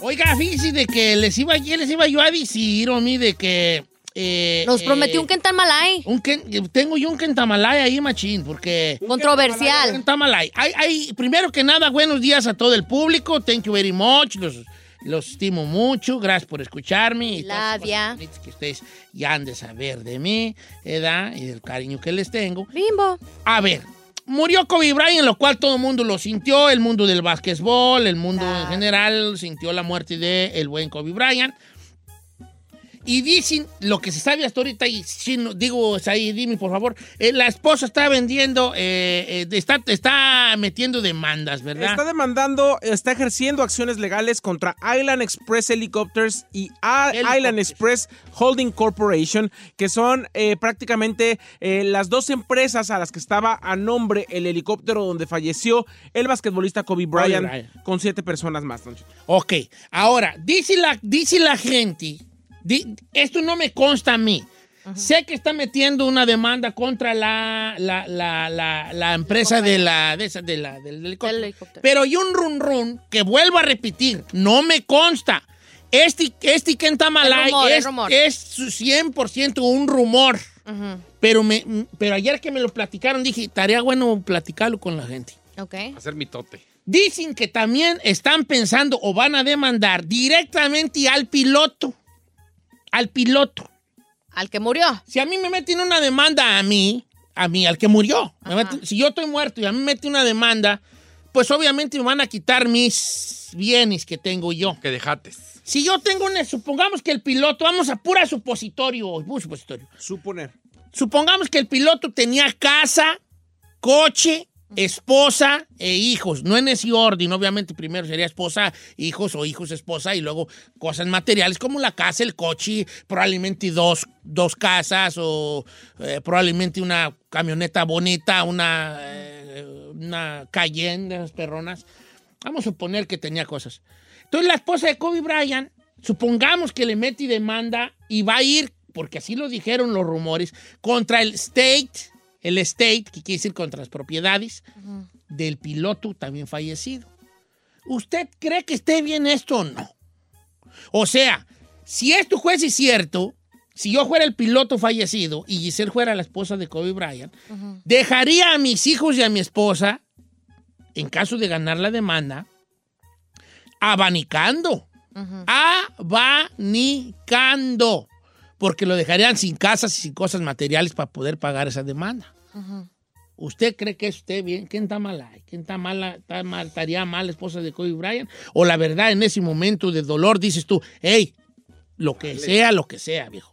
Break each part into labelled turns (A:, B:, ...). A: Oiga, fíjese de que les iba, ¿qué les iba yo a decir, mí de que... eh,
B: Nos
A: eh,
B: prometió un Kentanmalay.
A: un Ken- tengo yo un Kentamalay ahí, machín, porque...
B: Controversial.
A: Un Kentamalay. Hay, hay- primero que nada, buenos días a todo el público. Thank you very much. Los, los estimo mucho. Gracias por escucharme. y todas esas cosas
B: Labia.
A: bonitas Que ustedes ya han de saber de mí, ¿verdad? Y del cariño que les tengo.
B: Bimbo.
A: A ver, murió Kobe Bryant, lo cual todo el mundo lo sintió, el mundo del básquetbol, el mundo en general sintió la muerte de el buen Kobe Bryant. Y dicen, lo que se sabe hasta ahorita, y si no- digo, ahí dime por favor, eh, la esposa está vendiendo, eh, eh, está, está metiendo demandas, ¿verdad?
C: Está demandando, está ejerciendo acciones legales contra Island Express Helicopters y A-
A: Helicopters.
C: Island Express Holding Corporation, que son eh, prácticamente eh, las dos empresas a las que estaba a nombre el helicóptero donde falleció el basquetbolista Kobe Bryant,
A: Bryant.
C: con siete personas más. don Cheto.
A: Ok, ahora, dice la, dice la gente, di- esto no me consta a mí. Sé que está metiendo una demanda contra la, la, la, la, la empresa de la, de esa- de la- del helicóptero.
B: Del helicóptero.
A: Pero hay un run run que vuelvo a repetir, no me consta. Este, este Kentamalay
B: Es rumor, es
A: es,
B: rumor.
A: es su 100% un rumor. Pero, me, pero ayer que me lo platicaron dije, estaría bueno platicarlo con la gente.
B: Ok.
D: Hacer mitote.
A: Dicen que también están pensando o van a demandar directamente al piloto. Al piloto.
B: Al que murió.
A: Si a mí me meten una demanda a mí, a mí, al que murió. me
B: Ajá.
A: meten- si yo estoy muerto y a mí me meten una demanda, pues obviamente me van a quitar mis bienes que tengo yo.
D: Que dejates.
A: Si yo tengo una, supongamos que el piloto, vamos a pura supositorio, puro supositorio.
C: Suponer.
A: Supongamos que el piloto tenía casa, coche, esposa e hijos. No en ese orden, obviamente primero sería esposa, hijos o hijos, esposa y luego cosas materiales como la casa, el coche, probablemente dos, dos casas o eh, probablemente una camioneta bonita, una, eh, una Cayenne de las perronas. Vamos a suponer que tenía cosas. Entonces la esposa de Kobe Bryant, supongamos que le mete y demanda y va a ir, porque así lo dijeron los rumores, contra el state, el state, que quiere decir contra las propiedades del piloto también fallecido. ¿Usted cree que esté bien esto o no? O sea, si esto fuese cierto, si yo fuera el piloto fallecido y Giselle fuera la esposa de Kobe Bryant, dejaría a mis hijos y a mi esposa, en caso de ganar la demanda, abanicando. Abanicando. Porque lo dejarían sin casas y sin cosas materiales para poder pagar esa demanda. ¿Usted cree que es usted bien? ¿Quién está mal ahí? ¿Quién está mala? Está mal, ¿Estaría mal la esposa de Kobe Bryant? O la verdad, en ese momento de dolor dices tú, hey, lo que sea, lo que sea, viejo.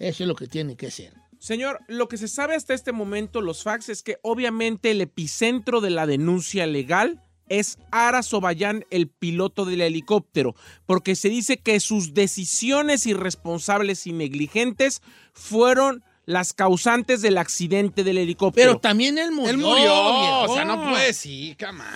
A: Eso es lo que tiene que ser.
C: Señor, lo que se sabe hasta este momento, los facts, es que obviamente el epicentro de la denuncia legal es Ara Sobayán, el piloto del helicóptero, porque se dice que sus decisiones irresponsables y negligentes fueron las causantes del accidente del helicóptero.
A: Pero también él murió.
D: Él murió,
A: viejo.
D: o sea, no puede, sí, come on.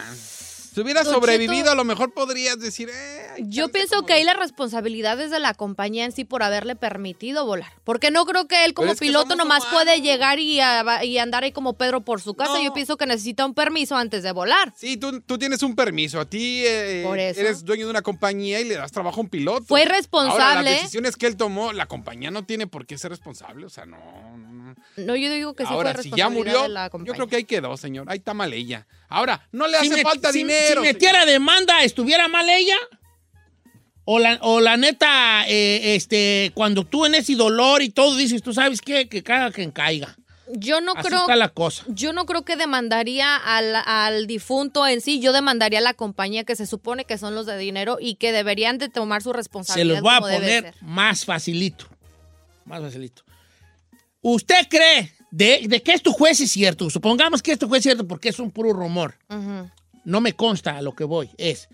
D: Si hubiera sobrevivido, a lo mejor podrías decir, eh, hay
B: Yo
D: chance
B: pienso
D: como-
B: que ahí la responsabilidad es de la compañía en sí por haberle permitido volar. Porque no creo que él como
D: es que
B: piloto
D: somos
B: nomás
D: humanos.
B: puede llegar y, a- y andar ahí como Pedro por su casa.
D: No.
B: Yo pienso que necesita un permiso antes de volar.
D: Sí, tú, tú tienes un permiso. A ti eh,
B: Por eso.
D: eres dueño de una compañía y le das trabajo a un piloto.
B: Fue
D: Ahora,
B: irresponsable.
D: las decisiones que él tomó, la compañía no tiene por qué ser responsable. O sea, no, no, no.
B: No, yo digo que sí
D: Ahora,
B: fue
D: si ya
B: responsabilidad
D: murió,
B: de la
D: yo
B: compañía.
D: creo que ahí quedó, señor. Ahí está mal ella. Ahora, no le
A: Si
D: hace
A: me-
D: falta
A: si-
D: dinero.
A: Si metiera demanda, ¿estuviera mal ella? O la, o la neta, eh, este, cuando tú en ese dolor y todo dices, tú sabes qué, que caiga quien caiga.
B: Yo no
A: Así
B: creo...
A: está la cosa.
B: Yo no creo que demandaría al, al difunto en sí, yo demandaría a la compañía que se supone que son los de dinero y que deberían de tomar su
A: Se
B: responsabilidad.
A: los voy a
B: como debe
A: poner
B: ser.
A: más facilito. Más facilito. ¿Usted cree de, de que esto juez es cierto? Supongamos que esto juez es cierto porque es un puro rumor.
B: Ujú.
A: no me consta a lo que voy, es,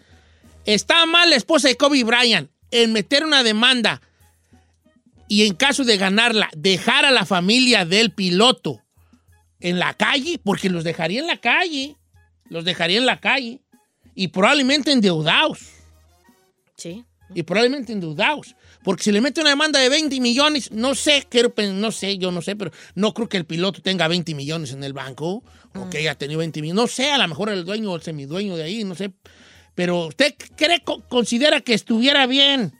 A: está mal la esposa de Kobe Bryant en meter una demanda y en caso de ganarla, dejar a la familia del piloto en la calle, porque los dejaría en la calle, los dejaría en la calle y probablemente endeudados,
B: Sí.
A: y probablemente endeudados. Porque si le mete una demanda de 20 millones, no sé, quiero pen- no sé, yo no sé, pero no creo que el piloto tenga 20 millones en el banco o que haya tenido 20 millones. No sé, a lo mejor el dueño o el semidueño de ahí, no sé. Pero usted cree, co- considera que estuviera bien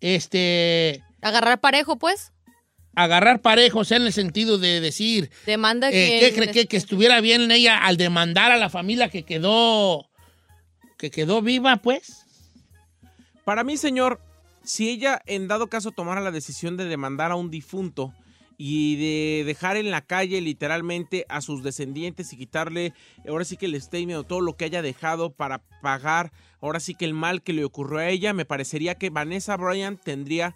A: este
B: Agarrar parejo, pues.
A: agarrar parejos en el sentido de decir
B: Demanda
A: eh,
B: que.
A: ¿qué cree que, que estuviera bien ella al demandar a la familia que quedó que quedó viva, pues?
C: Para mí, señor, si ella en dado caso tomara la decisión de demandar a un difunto y de dejar en la calle literalmente a sus descendientes y quitarle ahora sí que el statement o todo lo que haya dejado para pagar ahora sí que el mal que le ocurrió a ella, me parecería que Vanessa Bryan tendría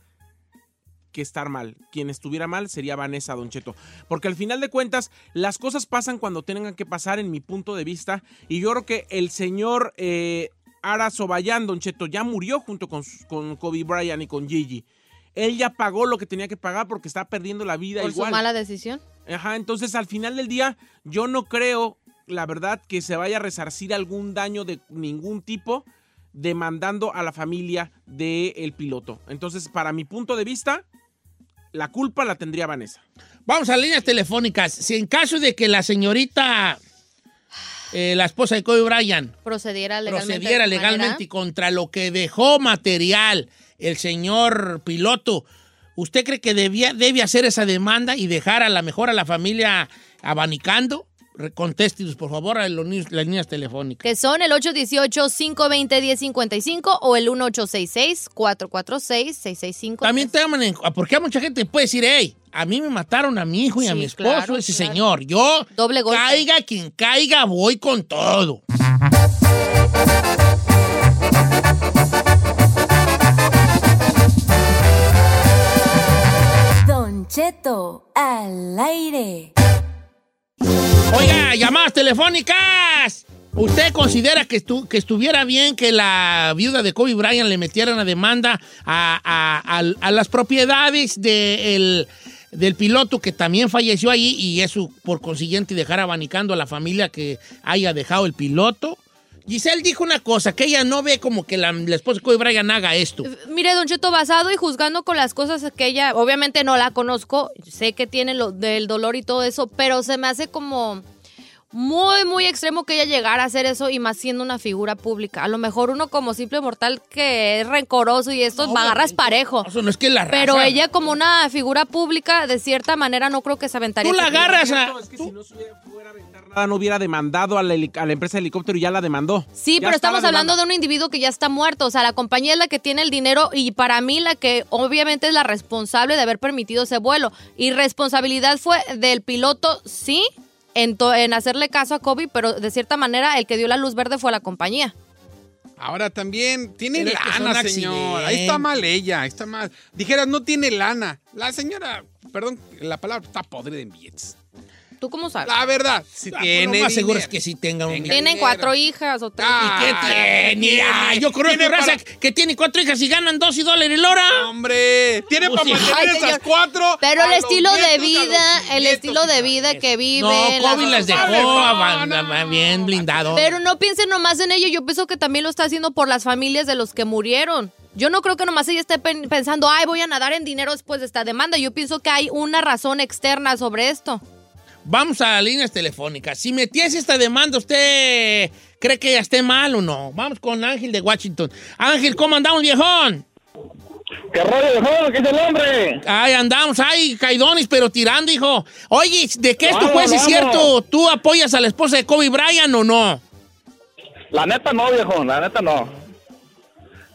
C: que estar mal. Quien estuviera mal sería Vanessa Don Cheto. Porque al final de cuentas, las cosas pasan cuando tengan que pasar, en mi punto de vista. Y yo creo que el señor eh, Ara Sobayán, Don Cheto, ya murió junto con, su- con Kobe Bryant y con Gigi. Él ya pagó lo que tenía que pagar porque está perdiendo la vida
B: Por
C: igual.
B: su mala decisión.
C: Ajá, entonces al final del día yo no creo, la verdad, que se vaya a resarcir algún daño de ningún tipo demandando a la familia del piloto. Entonces, para mi punto de vista, la culpa la tendría Vanessa.
A: Vamos a líneas telefónicas. Si en caso de que la señorita eh, la esposa de Kobe Bryant
B: Procediera legalmente. de
A: procediera
B: esa
A: legalmente
B: manera.
A: y contra lo que dejó material el señor piloto, ¿usted cree que debía, debe hacer esa demanda y dejar a la mejor a la familia abanicando? Re- Contéstenos, por favor, a los niños- las líneas telefónicas.
B: Que son el 818-520-1055 o el 1866-446-665.
A: También tengan en- ah, porque a mucha gente puede decir, hey, a mí me mataron a mi hijo y a
B: Sí,
A: mi esposo,
B: claro,
A: ese
B: claro.
A: señor. Yo,
B: Doble golpe.
A: caiga quien caiga, voy con todo.
E: Don Cheto al aire.
A: Oiga, llamadas telefónicas. ¿Usted considera que, estu- que estuviera bien que la viuda de Kobe Bryant le metiera una demanda a, a- al- a las propiedades de el- del piloto que también falleció allí y eso por consiguiente dejar abanicando a la familia que haya dejado el piloto? Giselle dijo una cosa, que ella no ve como que la, la esposa de Kobe Bryant haga esto.
D: Eh,
B: Mire, Don Cheto, basado y juzgando con las cosas que ella, obviamente no la conozco, sé que tiene lo del dolor y todo eso, pero se me hace como muy, muy extremo que ella llegara a hacer eso y más siendo una figura pública. A lo mejor uno como simple mortal que es rencoroso y esto,
A: No,
B: agarras
A: no,
B: parejo.
A: Eso no es que la
B: Pero
A: raza-
B: ella como una figura pública, de cierta manera, no creo que se aventaría.
A: Tú la
B: ese tiro.
A: agarras a...
C: Es que si no fuera a aventar nada, no hubiera demandado a la, heli- a la empresa de helicóptero y ya la demandó.
B: Sí,
C: Ya
B: pero
C: está la
B: estamos hablando
C: demanda.
B: de un individuo que ya está muerto. O sea, la compañía es la que tiene el dinero y para mí la que obviamente es la responsable de haber permitido ese vuelo. Y responsabilidad fue del piloto, sí, en, to- en hacerle caso a Kobe, pero de cierta manera el que dio la luz verde fue la compañía.
D: Ahora también tiene
A: Pero es que
D: lana,
A: son
D: señor.
A: accidentes.
D: Ahí está mal ella, ahí está mal. Dijeras, no tiene lana. La señora, perdón, la palabra está podre de billetes.
B: ¿Tú cómo sabes?
D: La verdad, si
A: Ah,
D: tiene.
A: Lo más seguro
D: dinero.
A: es que sí tenga un...
B: Tienen
D: dinero.
B: cuatro hijas o tres.
D: Ah,
A: ¿Qué
D: Ay,
A: tiene?
D: tiene.
A: Ay, yo conozco
D: Tiene
A: raza
D: para-
A: que tiene cuatro hijas y ganan dos y dólares el hora.
D: Hombre, tiene
A: Pues
D: para
A: sí.
D: mantener
B: Ay,
D: esas
B: señor.
D: cuatro.
B: Pero el
D: a los
B: estilo de
D: nietos, a los
B: vida, el
D: nietos,
B: estilo de
D: hija.
B: vida que
A: No,
B: viven. las
A: Kobe las dejó
B: otras-
D: No,
A: ah,
D: no,
A: ah, ah, bien blindado.
B: Pero no piensen nomás en ello. Yo pienso que también lo está haciendo por las familias de los que murieron. Yo no creo que nomás ella esté pen- pensando, ay, voy a nadar en dinero después de esta demanda. Yo pienso que hay una razón externa sobre esto.
A: Vamos a las líneas telefónicas. Si metiese esta demanda, ¿usted cree que ya esté mal o no? Vamos con Ángel de Washington. Ángel, ¿cómo andamos, viejón?
F: ¿Qué rollo de juego? ¿Qué es el hombre?
A: Ay, andamos, ay, caidones, pero tirando, hijo. Oye, ¿de qué es tu
F: Vamos,
A: juez? ¿Es
F: vamos.
A: cierto? ¿Tú apoyas a la esposa de Kobe Bryant o no?
F: La neta no, viejo, la neta no.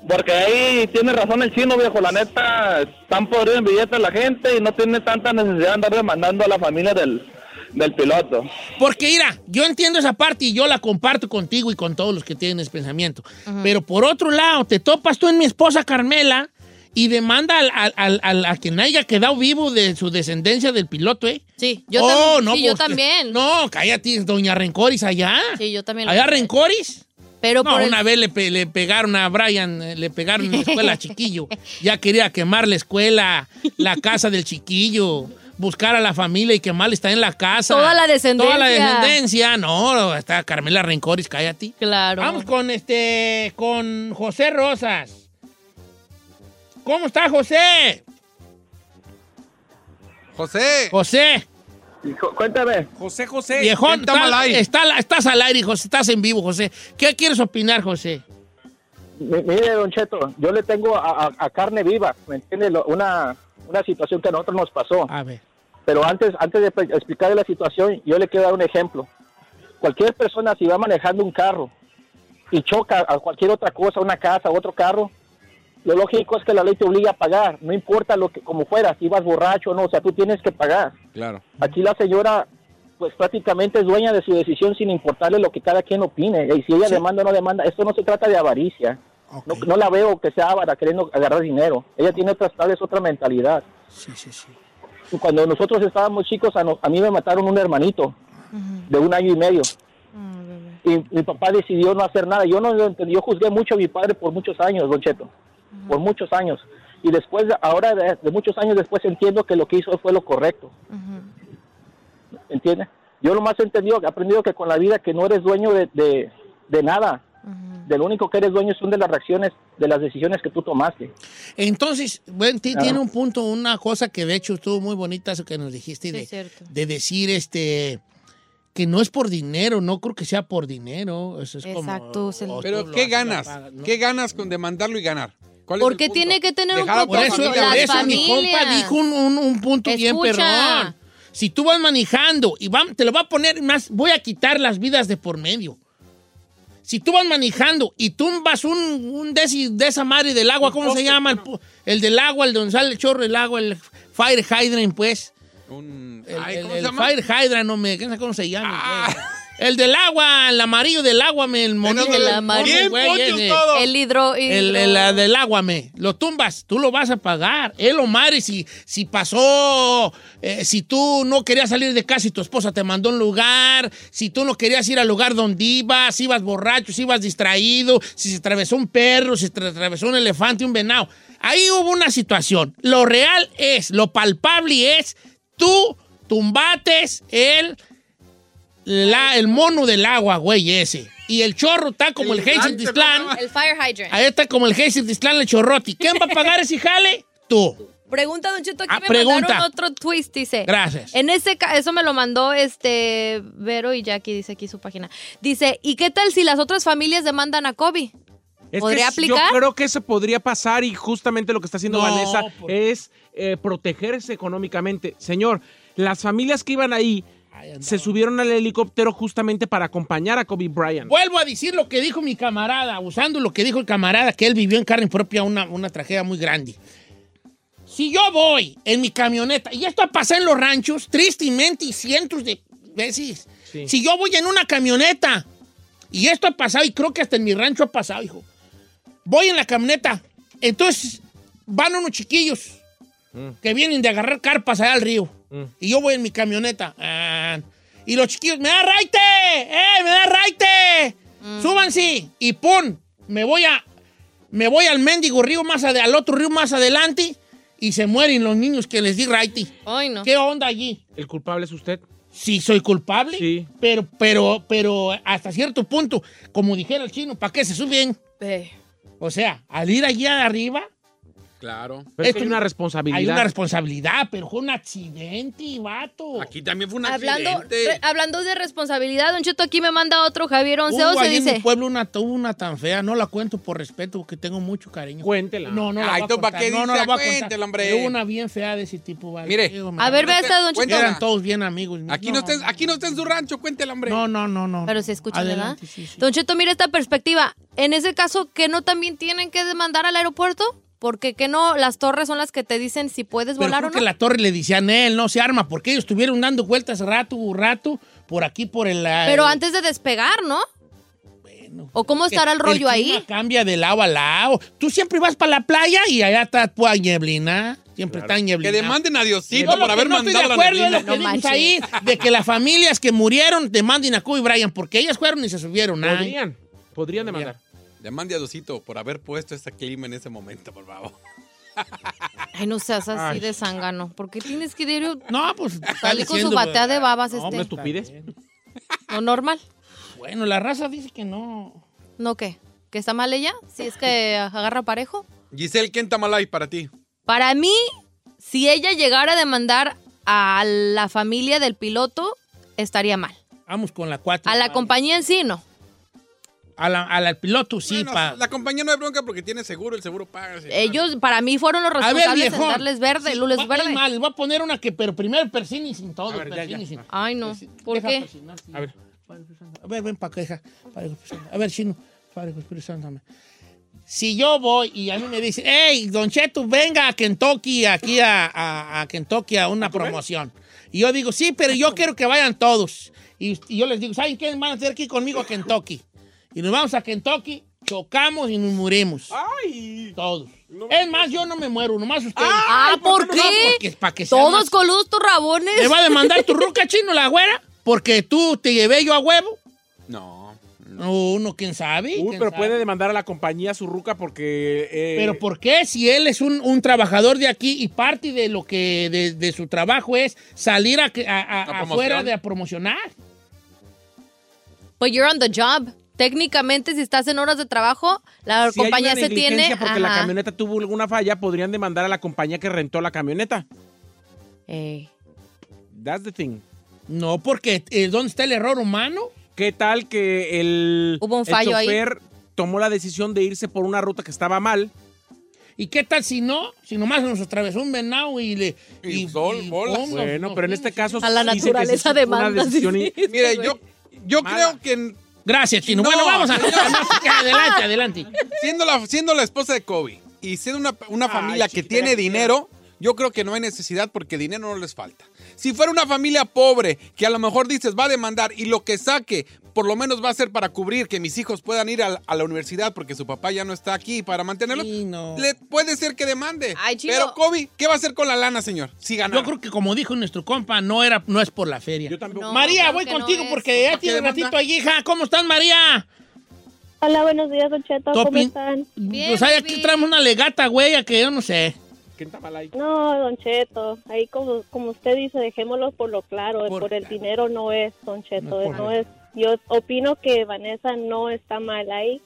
F: Porque ahí tiene razón el chino, viejo, la neta, están podridos en billetes la gente y no tiene tanta necesidad de andar demandando a la familia del, del piloto.
A: Porque, mira, yo entiendo esa parte y yo la comparto contigo y con todos los que tienen ese pensamiento. Pero por otro lado, te topas tú en mi esposa Carmela y demanda al, al- al- al- a quien haya quedado vivo de su descendencia del piloto, ¿eh?
B: Sí, yo,
A: Oh,
B: tam- sí, yo
A: pues,
B: también.
A: No, cállate, doña Rencoris allá.
B: Sí, yo también. lo-
A: ¿Allá Rencoris?
B: Pero
A: No,
B: por el-
A: una vez le, pe- le pegaron a Brian, eh, le pegaron en la escuela a chiquillo. Ya quería quemar la escuela, la casa del chiquillo, buscar a la familia y quemarle está en la casa.
B: Toda la descendencia.
A: Toda la descendencia. No, está Carmela Rencoris, cállate.
B: Claro.
A: Vamos con este, con José Rosas. ¿Cómo está José?
D: José.
A: José,
F: Hijo, cuéntame,
C: José José.
A: viejón,
D: está mal ahí.
A: está- estás al aire, José, estás en vivo, José. ¿Qué quieres opinar, José?
F: mi- mire, don Cheto, yo le tengo a, a- a carne viva, ¿me entiende? Lo- Una, una situación que a nosotros nos pasó.
A: A ver.
F: Pero antes, antes de pe- explicarle la situación, yo le quiero dar un ejemplo. Cualquier persona, si va manejando un carro y choca a cualquier otra cosa, una casa, otro carro, lo lógico es que la ley te obliga a pagar, no importa lo que, como fuera, si vas borracho o no, o sea, tú tienes que pagar.
D: Claro.
F: Aquí la señora, pues prácticamente es dueña de su decisión sin importarle lo que cada quien opine. Y si ella demanda o no demanda, esto no se trata de avaricia. No, no la veo que sea avara queriendo agarrar dinero. Ella tiene otras tales, otra mentalidad
A: Sí, sí, sí.
F: cuando nosotros estábamos chicos, a, no- a mí me mataron un hermanito de un año y medio. Y mi papá decidió no hacer nada. Yo no lo entendí. Yo juzgué mucho a mi padre por muchos años, Don Cheto. Por muchos años. Y después, ahora de, de muchos años después, entiendo que lo que hizo fue lo correcto. ¿Entiendes? Yo lo más he entendido, he aprendido que con la vida que no eres dueño de, de- de nada. De lo único que eres dueño son de las reacciones, de las decisiones que tú tomaste.
A: Entonces, bueno, ti-
F: Claro.
A: tiene un punto, una cosa que de hecho estuvo muy bonita eso que nos dijiste
B: Sí,
A: de,
B: es cierto.
A: de decir este que no es por dinero, no creo que sea por dinero. Eso es como-
B: Exacto, es el-
A: o tú
D: Oh, Pero,
A: lo
D: ¿qué
A: haces, la
D: ganas?
A: pagas, ¿no?
D: ¿Qué ganas con demandarlo y ganar? ¿Cuál es
B: ¿Por
D: el
B: qué
D: punto?
B: tiene que tener un
D: Dejar a
A: Por
D: otra
A: eso,
B: protocolo?
D: familia
A: por
B: Las
D: de-
A: eso mi compa
B: familias.
A: dijo un, un- un punto bien
B: Escucha.
A: perrón. Si tú vas manejando y vam- te lo va a poner más, voy a quitar las vidas de por medio. Si tú vas manejando y tumbas un, un deci- de esa madre del agua, ¿cómo se llama? El, pu- el del agua, el donde sale el chorro del agua, el fire hydrant, pues.
D: Un-
A: El,
D: Ay,
A: el-
D: ¿cómo
A: el
D: se llama?
A: fire hydrant, no me, ¿qué sé cómo se llama?
D: Ah.
A: güey? El del agua, el amarillo del agua, me, el monito
D: Tenemos
A: del
B: el amarillo.
A: mono,
D: Bien
A: güey,
D: ponchos
A: ese.
D: todos.
B: El hidro.
A: El, el- la del agua, me. Lo tumbas, tú lo vas a pagar. Él o madre, si, si pasó, eh, si tú no querías salir de casa y tu esposa te mandó a un lugar, si tú no querías ir al lugar donde ibas, si ibas borracho, si ibas distraído, si se atravesó un perro, si se tra- atravesó un elefante, un venado. Ahí hubo una situación. Lo real es, lo palpable es, tú tumbates el, la- el mono del agua, güey, ese. Y el chorro está como el,
D: El
A: el Hazel
D: elefante,
A: Disclan.
D: papá.
B: el fire hydrant.
A: Ahí está como el Hazel Distlán el Chorroti. ¿Quién va a pagar ese jale? Tú.
B: Pregunta, Don Cheto, aquí
A: Ah,
B: me
A: pregunta.
B: mandaron otro twist, dice.
A: Gracias.
B: En ese ca- eso me lo mandó este Vero y Jackie, dice aquí su página. Dice, ¿y qué tal si las otras familias demandan a Kobe?
C: Es que
B: ¿Podría aplicar?
C: Yo creo que eso podría pasar y justamente lo que está haciendo
A: No,
C: Vanessa
A: por-
C: es eh, protegerse económicamente. Señor, las familias que iban ahí
A: Ahí andaba.
C: se subieron al helicóptero justamente para acompañar a Kobe Bryant.
A: Vuelvo a decir lo que dijo mi camarada, usando lo que dijo el camarada, que él vivió en carne propia una, una tragedia muy grande. Si yo voy en mi camioneta, y esto pasa en los ranchos, tristemente y cientos de veces,
C: Sí.
A: si yo voy en una camioneta, y esto ha pasado, y creo que hasta en mi rancho ha pasado, hijo, voy en la camioneta, entonces van unos Mm, chiquillos que vienen de agarrar carpas allá al río, y yo voy en mi camioneta, ah, Y los chiquillos, ¡me da raite! ¡Eh, me da raite!
B: Mm.
A: ¡Súbanse! Y pum, me voy a... Me voy al mendigo río más ade- al otro río más adelante y se mueren los niños que les di raite.
B: Ay, no.
A: ¿Qué onda allí?
C: ¿El culpable es usted?
A: Sí, soy culpable,
C: Sí.
A: pero, pero, pero hasta cierto punto, como dijera el chino, ¿para qué se suben?
B: Eh.
A: O sea, al ir allá de arriba,
D: Claro.
C: Pero es
A: Esto-
C: que hay una
A: hay
C: responsabilidad.
A: una responsabilidad, pero fue un accidente, vato.
D: Aquí también fue un
B: Hablando, re-
D: accidente.
B: hablando de responsabilidad, Don Cheto, aquí me manda otro Javier
A: Hubo
B: Onceo, se
A: Uh, ahí en mi
B: dice.
A: pueblo una, hubo una tan fea, no la cuento por respeto, porque tengo mucho cariño.
C: Cuéntela.
A: No, no la
D: Ay,
A: voy a
D: tú, Ah, ¿pa'
A: contar.
D: qué
A: no, no
D: dice?
A: la voy a contar.
D: Cuéntela, hombre.
A: Pero hubo una bien fea de ese tipo, vale.
D: Mire.
A: Digo,
B: A ver, ve
A: mira,
B: esta, Don Cheto.
D: Cuéntala.
A: Eran todos bien amigos. mira.
D: Aquí no, está aquí no está en su rancho, cuéntela, hombre.
A: No, no, no, no.
B: Pero se escucha, ¿verdad?
A: Adelante, sí, sí.
B: Don Cheto, mira esta perspectiva. En ese caso, ¿que no también tienen que demandar al aeropuerto? Porque que no, las torres son las que te dicen si puedes
A: Pero
B: volar
A: creo
B: o no.
A: que la torre le decían él, no se arma, porque ellos estuvieron dando vueltas rato, rato, por aquí, por el... eh,
B: Pero antes de despegar, ¿no?
A: bueno.
B: ¿O cómo estará el rollo
A: clima
B: ahí?
A: cambia de lado a lado. Tú siempre vas para la playa y allá está pua nieblina. Siempre está
D: Que
A: nieblina.
D: demanden a
A: Yo
D: Diosito
A: lo
D: por
A: que
D: haber
A: no
D: mandado
A: estoy
D: la
A: de acuerdo es
D: neblina.
A: lo que
B: No
A: vimos
B: manches.
A: ahí, de que las familias que murieron demanden a Kobe Bryant, porque ellas fueron y se subieron. ay.
C: Podrían, podrían demandar.
D: Demande a Diosito por haber puesto este clima en ese momento, por favor.
B: Pues Ay, no seas así
C: Ay.
B: de zángano. ¿Por qué tienes que ir
A: No, pues. está
B: Salí con su
A: diciendo,
B: batea de babas
A: no,
B: este.
A: pues,
C: estupidez.
A: está bien.
B: lo normal?
A: Bueno, la raza dice que no.
B: ¿No qué? ¿Que está mal ella? Si es que agarra parejo.
D: Giselle, ¿quién está mal ahí para ti?
B: Para mí, si ella llegara a demandar a la familia del piloto, estaría mal.
A: Vamos con la cuatro.
B: A la compañía en sí, no.
A: A la- a la- al piloto, sí,
D: Bueno,
A: pa-
D: La compañía no hay bronca porque tiene seguro, el seguro paga. sí.
B: Ellos, para mí, fueron los
A: A ver, Ah,
B: responsables de
A: viejo.
B: darles verde,
A: Sí,
B: lules
A: va-
B: verde.
A: es más, les voy a poner una que, pero primero persina y sin todo.
C: A ver, ya,
A: persina
C: ya.
A: y
C: Ah.
A: sin-
B: Ay, no.
A: Persi-
B: ¿Por
A: deja
B: qué?
A: persinar, sí.
C: A ver.
A: A ver, ven para acá, hija. Padre Espíritu Santo. A ver, chino. Padre Espíritu Santo, amén. Si yo voy y a mí me dicen, hey, Don Cheto, venga a Kentucky, aquí a, a- a Kentucky a una promoción. Y yo digo, sí, pero yo quiero que vayan todos. Y, y yo les digo, ¿saben qué? Van a hacer aquí conmigo a Kentucky. Y nos vamos a Kentucky, chocamos y nos morimos.
C: ¡Ay!
A: Todos. es más, yo no me muero, nomás ustedes.
B: Ah, ¿por
A: No,
B: qué?
A: porque para que sea más-
B: Todos coludos tus rabones.
A: ¿Me va a demandar tu ruca chino, la güera? Porque tú te llevé yo a huevo.
D: No.
A: No, uno, quién sabe.
C: Uy,
A: ¿Quién
C: Uh, pero
A: sabe?
C: puede demandar a la compañía su ruca porque... eh,
A: Pero ¿por qué? Si él es un, un trabajador de aquí y parte de lo que de, de su trabajo es salir a, que- a- a-
D: A
A: afuera
D: promoción.
A: de a promocionar.
B: But you're on the job. Técnicamente, si estás en horas de trabajo, la
C: si hay una
B: compañía se
C: negligencia
B: tiene.
C: Porque la
B: ajá.
C: camioneta tuvo alguna falla, podrían demandar a la compañía que rentó la camioneta.
B: Ey.
C: That's the thing.
A: No, porque eh, ¿dónde está el error humano?
C: ¿Qué tal que el,
B: Hubo un
C: el
B: fallo ahí.
C: chofer tomó la decisión de irse por una ruta que estaba mal?
A: ¿Y qué tal si no? Si nomás nos atravesó un venado y le...
D: Y sol, bolas.
A: ¿cómo?
C: bueno, pero en este caso...
B: A la
C: dicen que sí
B: naturaleza
C: fue una
B: demanda,
C: decisión
B: sí,
C: in-
B: sí.
D: Mire,
B: güey.
D: yo, yo
C: Mala.
D: creo que
A: este, Gracias, chino.
D: No,
A: bueno, vamos a...
D: señor.
A: adelante, adelante.
D: siendo la, siendo la esposa de Kobe y siendo una, una
A: Ay,
D: familia que
A: chiquita,
D: tiene
A: ya
D: dinero, yo creo que no hay necesidad porque dinero no les falta. Si fuera una familia pobre que a lo mejor dices va a demandar y lo que saque por lo menos va a ser para cubrir que mis hijos puedan ir al- a, la universidad porque su papá ya no está aquí para mantenerlo,
A: Sí, no.
D: le puede ser que demande.
B: Ay, chico.
D: Pero Kobe, ¿qué va a hacer con la lana, señor? Si ganó.
A: Yo creo que como dijo nuestro compa, no, era, no es por la feria.
C: Yo tampoco.
B: No,
A: María,
B: creo
A: voy
B: que no
A: contigo
B: es.
A: porque ya
D: ¿Para qué
A: tiene un
D: demanda?
A: ratito ahí, hija. ¿Cómo estás, María?
G: Hola, buenos días, Don Cheto. ¿Cómo
A: Topin-
G: están?
B: Bien,
A: Pues ahí aquí
B: baby.
A: traemos una legata, güey, a que yo no sé.
C: ¿Qué está mal ahí?
G: No, Don Cheto, ahí como, como usted dice, dejémoslo por lo claro,
A: Por
G: por, el
A: claro.
G: dinero no es, Don Cheto,
A: No
G: no
A: es
G: es,
A: por
G: yo opino que Vanessa no está mal ahí.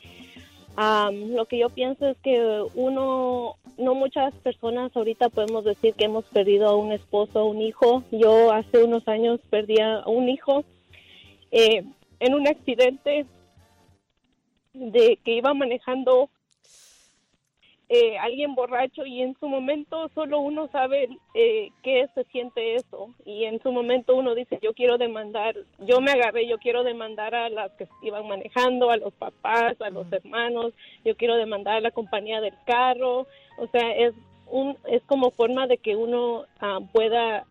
G: Am, lo que yo pienso es que uno, no muchas personas ahorita podemos decir que hemos perdido a un esposo, a un hijo. Yo hace unos años perdí a un hijo eh, en un accidente de que iba manejando eh, alguien borracho y en su momento solo uno sabe eh, qué se siente eso y en su momento uno dice yo quiero demandar, yo me agarré, yo quiero demandar a las que iban manejando, a los papás, a los hermanos, yo quiero demandar a la compañía del carro, o sea, es un es como forma de que uno ah, pueda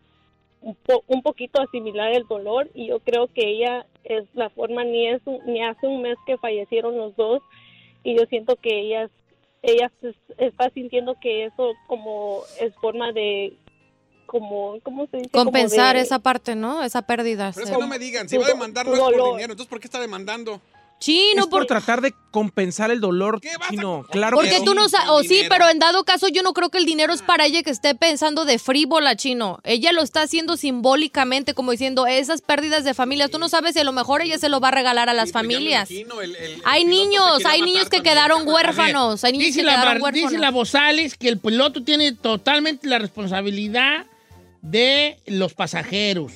G: un, po- un poquito asimilar el dolor y yo creo que ella es la forma ni es un- ni hace un mes que fallecieron los dos y yo siento que ella ella se- está sintiendo que eso como es forma de como, ¿cómo se dice? Como
B: Compensar
G: de-
B: esa parte, ¿no? Esa pérdida.
D: Pero es
B: sí.
D: que no me digan, si
G: Tu
D: va a
G: do-
D: demandar
G: tu
D: no es por
G: dolor.
D: dinero, entonces ¿por qué está demandando?
B: Sí, no
C: es por
B: por-
C: tratar de compensar el dolor,
D: ¿Qué vas a
C: chino.
D: compensar?
C: Claro
D: ¿Por
C: que
B: porque
D: qué
B: tú no
D: sí,
B: sabes,
D: con
B: o sí,
D: dinero.
B: pero en dado caso yo no creo que el dinero es para ella que esté pensando de frívola, chino. Ella lo está haciendo simbólicamente, como diciendo esas pérdidas de familias. Tú no sabes si a lo mejor ella se lo va a regalar a las
D: Sí, pues ya me
B: familias.
D: imagino, el- el- el piloto
B: Hay
D: se
B: niños,
D: quería
B: hay
D: matar
B: niños que
D: también.
B: quedaron huérfanos, hay niños
A: Dice
B: que
A: la,
B: quedaron
A: Bar- dice la
B: huérfanos.
A: Bozales que el piloto tiene totalmente la responsabilidad de los pasajeros.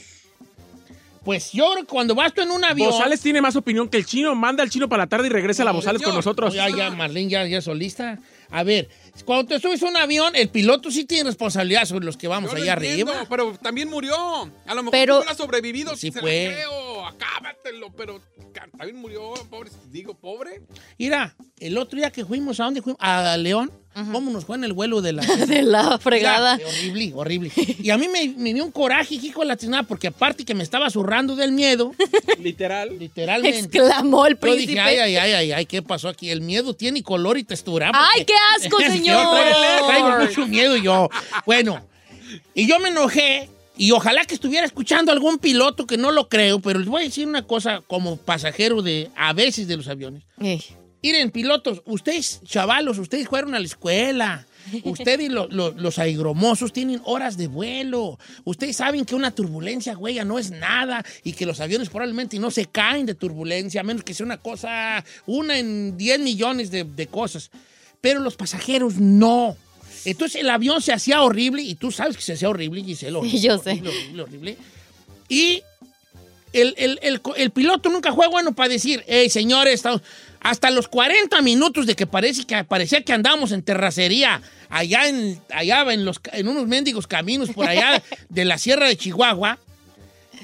A: Pues yo creo que cuando vas tú en un avión...
C: Bozales tiene más opinión que el chino. Manda al chino para la tarde y regresa la Bozales con
D: señor.
C: nosotros.
A: Ya, ya, Marlene, ya, ya solista. A ver, cuando te subes a un avión, el piloto sí tiene responsabilidad sobre los que vamos
D: Yo lo
A: allá
D: entiendo,
A: arriba.
D: Pero también murió. A lo mejor
B: Pero-
D: pero, hubiera sobrevivido.
A: Sí,
D: Sí, se
A: pues.
D: la creo. Acábatelo, pero ca- también murió. Pobre, digo, pobre.
A: Mira, el otro día que fuimos, ¿a dónde fuimos? A León. ¿Cómo nos fue en el vuelo de la...
B: De la fregada.
A: Mira, horrible, horrible. Y a mí me, me dio un coraje, hijo de la chinada, porque aparte que me estaba zurrando del miedo,
C: Literal.
A: literalmente.
B: Exclamó el
A: Yo
B: príncipe.
A: dije, ay, ay, ay, ay, ay, ¿qué pasó aquí? El miedo tiene color y textura.
B: ¡Ay,
A: porque-
B: qué asco,
A: Yo
B: señor!
A: traigo, traigo mucho miedo yo. Bueno, y yo me enojé. Y ojalá que estuviera escuchando algún piloto que no lo creo, pero les voy a decir una cosa como pasajero de a veces de los aviones.
B: Ey.
A: Miren, pilotos, ustedes, chavalos, ustedes fueron a la escuela. Ustedes, lo- lo- los aigromosos, tienen horas de vuelo. Ustedes saben que una turbulencia, güey, ya no es nada y que los aviones probablemente no se caen de turbulencia, a menos que sea una cosa, una en 10 millones de, de cosas. Pero los pasajeros no. Entonces el avión se hacía horrible y tú sabes que se hacía horrible, Giselle. horrible,
B: yo sé.
A: Horrible, horrible, horrible. Y el, el- el co- el piloto nunca fue bueno para decir, hey, señores, estamos-". hasta los 40 minutos de que, parece que parecía que andábamos en terracería, allá en, allá en, los, ca- en unos mendigos caminos por allá de la sierra de Chihuahua,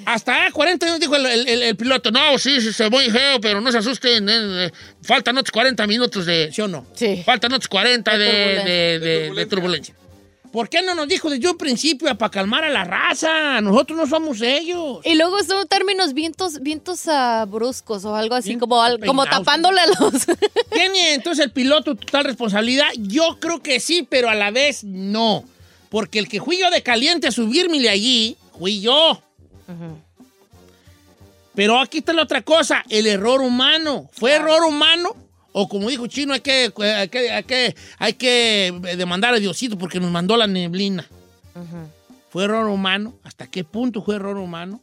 A: hasta 40 minutos dijo el, el- el- el piloto, no, sí, sí, se muy feo, pero no se asusten, eh, eh, faltan otros 40 minutos de, ¿sí o no?
B: Sí.
A: Faltan otros 40 de,
B: De turbulencia.
A: de- de- de turbulencia. ¿Por qué no nos dijo desde un principio para calmar a la raza? Nosotros no somos ellos.
B: Y luego son términos vientos, vientos ah, bruscos o algo así,
A: Bien
B: como, al- como
A: peinados.
B: tapándole a los...
A: ¿Tiene entonces el piloto total responsabilidad? Yo creo que sí, pero a la vez no. Porque el que fui yo de caliente a subirme de allí, fui yo. Pero aquí está la otra cosa, el error humano. ¿Fue error humano? O como dijo Chino, hay que, hay que, hay que, hay que demandar a Diosito porque nos mandó la neblina. ¿Fue error humano? ¿Hasta qué punto fue error humano?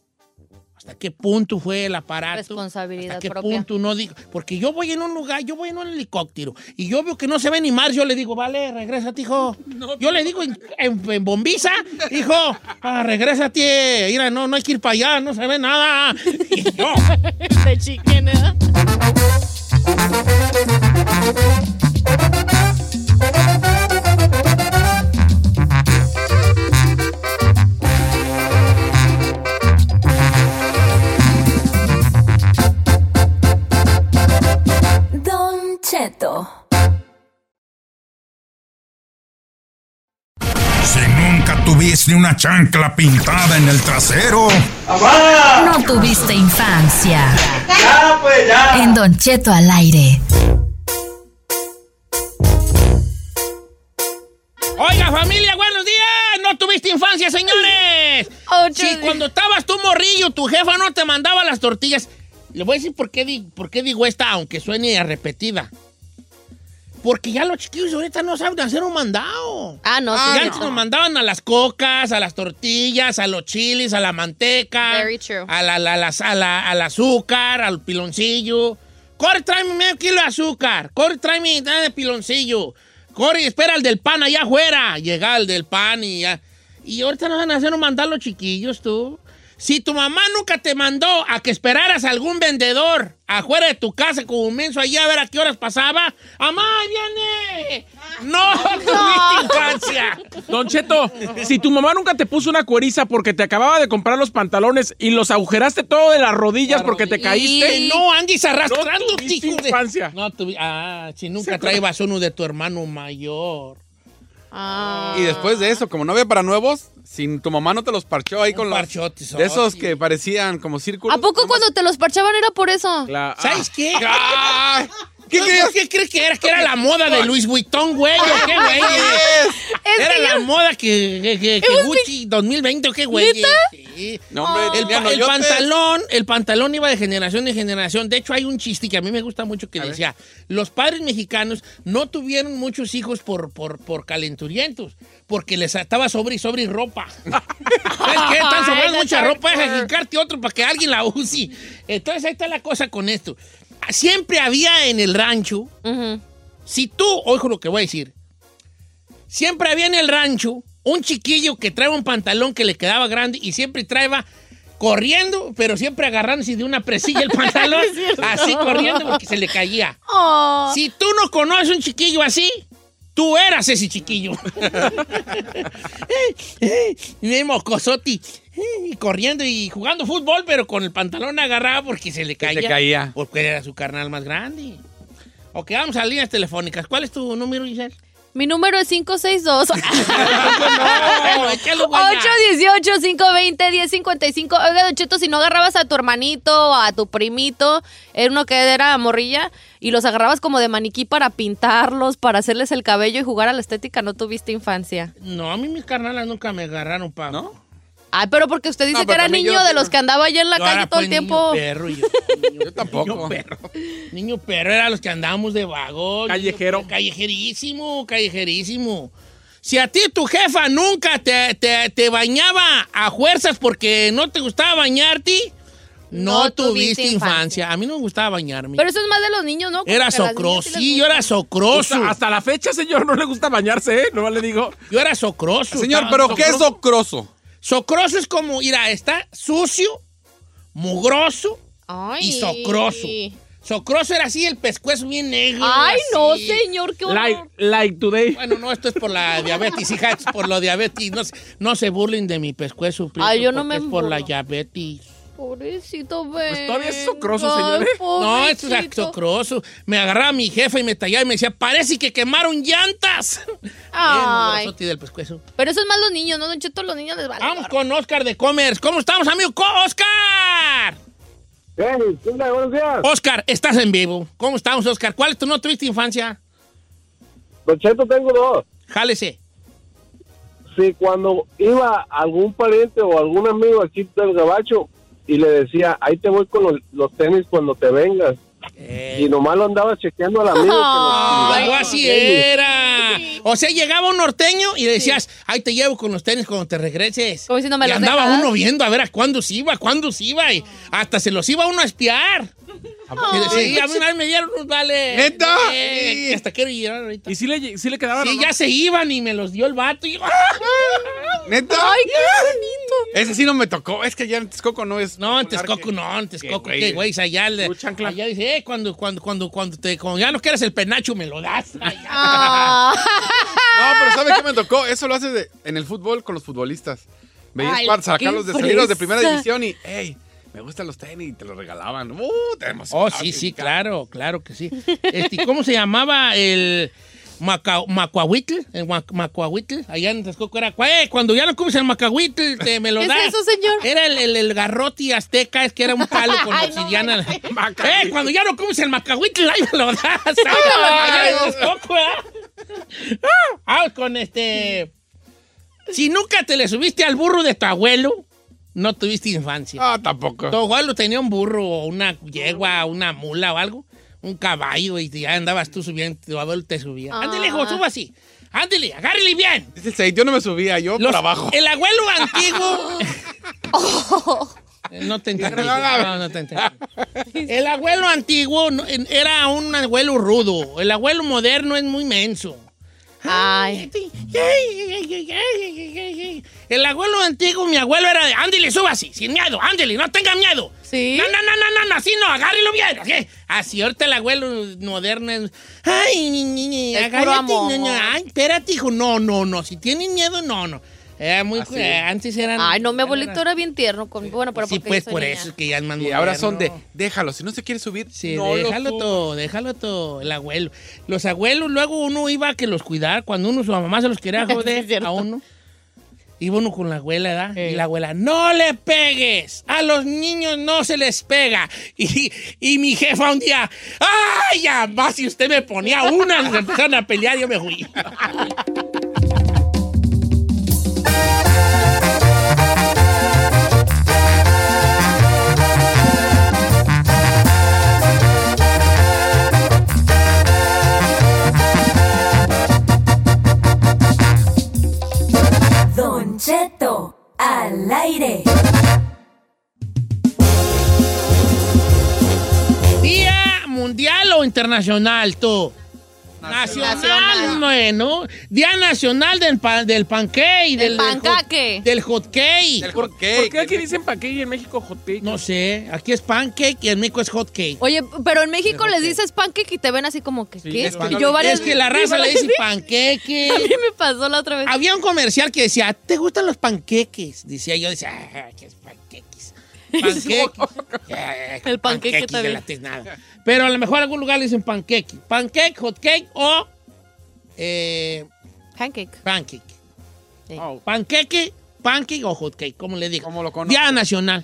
A: ¿Hasta qué punto fue el aparato?
B: Responsabilidad
A: ¿Hasta qué
B: propia.
A: punto no digo? Porque yo voy en un lugar, yo voy en un helicóptero y yo veo que no se ve ni mar, yo le digo, vale, regrésate, hijo. yo le digo en, en- en bombiza, hijo, ah, regrésate, mira, no, no hay que ir para allá, no se ve nada. Y yo,
B: de chicken, ¿eh?
E: Don Cheto.
H: Si nunca tuviste una chancla pintada en el trasero,
I: No tuviste infancia. En Don Cheto al aire.
A: Oiga, familia, buenos días, no tuviste infancia, señores.
B: Ocho
A: Si
B: días.
A: cuando estabas tú morrillo, tu jefa no te mandaba las tortillas. Le voy a decir por qué, di- por qué digo esta, aunque suene a repetida. Porque ya los chiquillos ahorita no saben hacer un mandado.
B: Ah, no,
A: Ya
B: sí,
A: antes
B: no.
A: nos mandaban a las cocas, a las tortillas, a los chiles, a la manteca,
B: Very true.
A: A la, la- las- a la- al azúcar, al piloncillo. Corre, tráeme medio kilo de azúcar. Corre, tráeme nada de piloncillo. Corre, espera al del pan allá afuera. Llega el del pan y ya. Y ahorita nos van a hacer un mandado los chiquillos, tú. Si tu mamá nunca te mandó a que esperaras a algún vendedor afuera de tu casa como un menso allí a ver a qué horas pasaba, ¡Amá, viene! ¡No tuviste infancia!
C: Don Cheto, si tu mamá nunca te puso una cueriza porque te acababa de comprar los pantalones y los agujeraste todo de las rodillas porque te caíste.
A: Eh, no andes arrastrando,
C: No tuviste
A: hijo de-
C: infancia.
A: No tuvi- Ah, si nunca traías uno de tu hermano mayor.
B: Ah.
D: Y después de eso, como no había para nuevos, si tu mamá no te los parchó ahí
A: Un
D: con los.
A: parchote,
D: De esos
A: sí.
D: que parecían como círculos.
B: ¿A poco
D: nomás-
B: cuando te los parchaban era por eso?
C: La- ah,
A: ¿Sabes qué?
D: ¡Ay!
A: ¿Qué crees? ¿Qué crees que era? Que era la moda de Luis Vuitton, güey. ¿o qué, güey? Era la moda que, que, que- que Gucci 2020, ¿o qué, güey?
D: ¿Neta?
A: Sí.
D: No, hombre,
A: el,
D: ya no,
A: el
D: yo te-
A: pantalón, el pantalón iba de generación en generación. De hecho, hay un chiste que a mí me gusta mucho que decía, los padres mexicanos no tuvieron muchos hijos por, por, por calenturientos, porque les estaba sobre y sobre ropa. ¿Sabes qué? Están
D: Ay,
A: sobrando
D: that's
A: mucha ropa,
D: hardcore.
A: deja quitarte otro para que alguien la use. Entonces ahí está la cosa con esto. Siempre había en el rancho, si tú, ojo lo que voy a decir, siempre había en el rancho un chiquillo que trae un pantalón que le quedaba grande y siempre traeba corriendo, pero siempre agarrándose de una presilla el pantalón,
B: Es cierto.
A: así corriendo porque se le caía.
B: Oh.
A: Si tú no conoces un chiquillo así, tú eras ese chiquillo. Mira, mocosoti. eh, Y corriendo y jugando fútbol, pero con el pantalón agarrado porque se le caía.
D: caía.
A: Porque era su carnal más grande. Ok, vamos a líneas telefónicas. ¿Cuál es tu número, Giselle?
B: Mi número es 562.
A: Bueno, échalo, güey, Pues ya.
B: 818-520-1055. Oiga, Don Cheto, si no agarrabas a tu hermanito o a tu primito, era uno que era morrilla, y los agarrabas como de maniquí para pintarlos, para hacerles el cabello y jugar a la estética, no tuviste infancia.
A: No, a mí mis carnalas nunca me agarraron para. ¿No?
B: Ay, pero porque usted dice
A: No,
B: que
A: pero
B: era
A: también
B: niño
A: yo-
B: de los que andaba allá en la
A: Yo
B: calle
A: era,
B: todo
A: pues,
B: el tiempo.
A: Niño perro, y yo, tampoco. Niño perro. Niño perro era los que andábamos de vagón. Callejero. callejerísimo, callejerísimo. Si a ti tu jefa nunca te, te- te bañaba a fuerzas porque no te gustaba bañarte, no,
B: No tuviste
A: tuviste infancia. A mí no me gustaba bañarme.
B: Pero eso es más de los niños, ¿no? Como
A: Era
B: que a las niñas
A: socroso,
B: sí les
A: sí, yo era socroso.
C: Hasta-
A: la fecha, señor, no le gusta bañarse, ¿eh? No le digo. Yo era socroso.
D: Señor,
A: estaba
D: ¿pero qué es
A: socroso.
D: socroso?
A: Socroso es como, mira, está sucio, mugroso
B: Ay.
A: y socroso. Socroso era así, el pescuezo bien negro.
B: Ay,
A: así.
B: no, señor, qué horror.
A: like today. Bueno, no, esto es por la diabetes, hija, es por la diabetes. No, se- no se burlen de mi pescuezo. prieto,
B: Ay, yo no
A: porque
B: me
A: Es por la
B: burlo.
A: diabetes.
B: Pobrecito, ve.
A: Pues todavía es
B: Ay,
A: No, esto es
B: pobrecito.
A: socroso. Me agarraba mi jefa y me tallaba y me decía, parece que quemaron llantas.
B: Ay.
A: Bien, mugrosote del pescuezo.
B: Pero eso es más los niños, ¿no? Don Cheto, los niños les vale.
A: Vamos con Oscar de Commerce. ¿Cómo estamos, amigo? Co- ¡Oscar! buenos días. Oscar, estás en vivo. ¿Cómo estamos, Oscar? ¿Cuál es tu no tuviste infancia?
J: Don Cheto, tengo dos.
A: Jálese.
J: Si cuando iba algún pariente o algún amigo aquí del gabacho y le decía, ahí te voy con los, los tenis cuando te vengas. Y nomás lo andaba chequeando al amigo. que nos-
A: Algo así era. O sea, llegaba un norteño y le decías, ahí te llevo con los tenis cuando te regreses.
B: Como diciendo, "Me
A: y
B: los
A: andaba
B: dejas".
A: uno viendo a ver a cuándo se iba, cuándo se iba. Y hasta se los iba uno a espiar. Y decía,
C: Ay.
A: "Sí, a mí una vez me dieron unos vale.
C: ¿Neta?
A: Eh, hasta quiero llorar ahorita.
C: ¿Y si le, si le quedaban
A: Sí, ya se iban y me los dio el vato. Y yo, "Ah,
D: ¿Neta?
A: Ay, qué
D: Ese sí no me tocó. Es que ya en Texcoco no es.
A: No, en Texcoco no, en Texcoco, qué güey, o sea, allá, le- allá dice, eh, cuando, cuando, cuando, cuando te, cuando ya no quieres el penacho, me lo das. Allá. Ah.
D: No, pero ¿sabe qué me tocó? Eso lo hace de- en el fútbol con los futbolistas. Veías
A: Ay,
D: para
A: qué
D: sacarlos de salidos de primera
A: fresa.
D: división y, hey, me gustan los tenis y te los regalaban. Uh, te
A: Oh,
D: emocionabas.
A: sí, sí, claro, claro que sí. Este, ¿Cómo se llamaba el maca- macuahuitl? El mac- macuahuitl, allá en Texcoco era, "Eh, cuando ya no comes el macahuitl, te me lo
B: ¿Qué es
A: das.
B: eso, señor?
A: Era el, el, el garrote azteca, es que era un palo con
B: Ay, no,
A: obsidiana. eh, cuando ya no comes el macahuitl, ahí me lo das. Ahí me lo das, allá en Texcoco, ¿verdad? Ah, Vamos con este... Si nunca te le subiste al burro de tu abuelo, no tuviste infancia.
D: Ah, tampoco.
A: Tu abuelo tenía un burro, o una yegua, una mula o algo, un caballo, y ya andabas tú subiendo, tu abuelo te subía.
D: Ah.
A: Ándale, hijo, suba así. Ándale, agárrele bien.
D: Dice el seis, yo no me subía, yo por abajo.
A: El abuelo antiguo. Eh, No te entendí. No, no te entendí. El abuelo antiguo no- en- era un abuelo rudo. El abuelo moderno es muy menso.
B: Ay.
A: El abuelo antiguo, mi abuelo era de, ándele, suba así, sin miedo, ándele, no tenga miedo. Sí. No, no, no, no, no, no, así no, agárrelo bien. Así, así ahorita el abuelo moderno es, ay, ni, ni, ni,
B: Es
A: agárrate,
B: puro amor.
A: ni, ni, ay, espérate, hijo, no, no, no, si tienes miedo, no, no. Era muy,
B: Así.
A: eh, antes eran...
B: Ay, no, mi abuelito era bien tierno conmigo. Bueno, pero
A: Sí,
B: porque
A: pues
B: yo soy
A: por
B: niña.
A: eso es que ya es más
D: Y ahora
A: moderno.
D: son de, déjalo, si no se quiere subir,
A: Sí,
D: no lo
A: déjalo
D: subas.
A: todo, déjalo todo, el abuelo. Los abuelos, luego uno iba a que los cuidar cuando uno, su mamá se los quería joder a uno. Iba uno con la abuela, ¿verdad? Y la abuela, no le pegues, a los niños no se les pega. Y, y mi jefa un día, ¡ay, ya más! Si usted me ponía una, se empezaron a pelear, yo me fui.
E: Don Cheto al aire.
A: Día mundial o internacional, tú. Nacional,
B: Nacional.
A: bueno. Día nacional del, pan, del pancake.
B: Del pancaque.
A: Del hot cake. Del
C: ¿Por, ¿Por qué aquí dicen pancake y en México hot cake?
A: No sé, aquí es pancake y en México es hot cake.
B: Oye, pero en México les dices pancake y te ven así como que, ¿qué?
A: es que-
B: Yo varias-
A: es que la raza le dice panqueque.
B: A mí me pasó la otra vez.
A: Había un comercial que decía, ¿te gustan los panqueques? Decía yo, decía, "Ah, ¿qué es panqueques? Panqueques.
B: El panqueque
A: Panqueques
B: también.
A: de la tiznada. Pero a lo mejor en algún lugar le dicen panqueque. Pancake, hot cake o eh,
B: Pancake.
A: pancake.
B: Sí.
A: Panqueque, pancake o hot cake, como le digo.
D: Como lo conozco.
A: Día Nacional.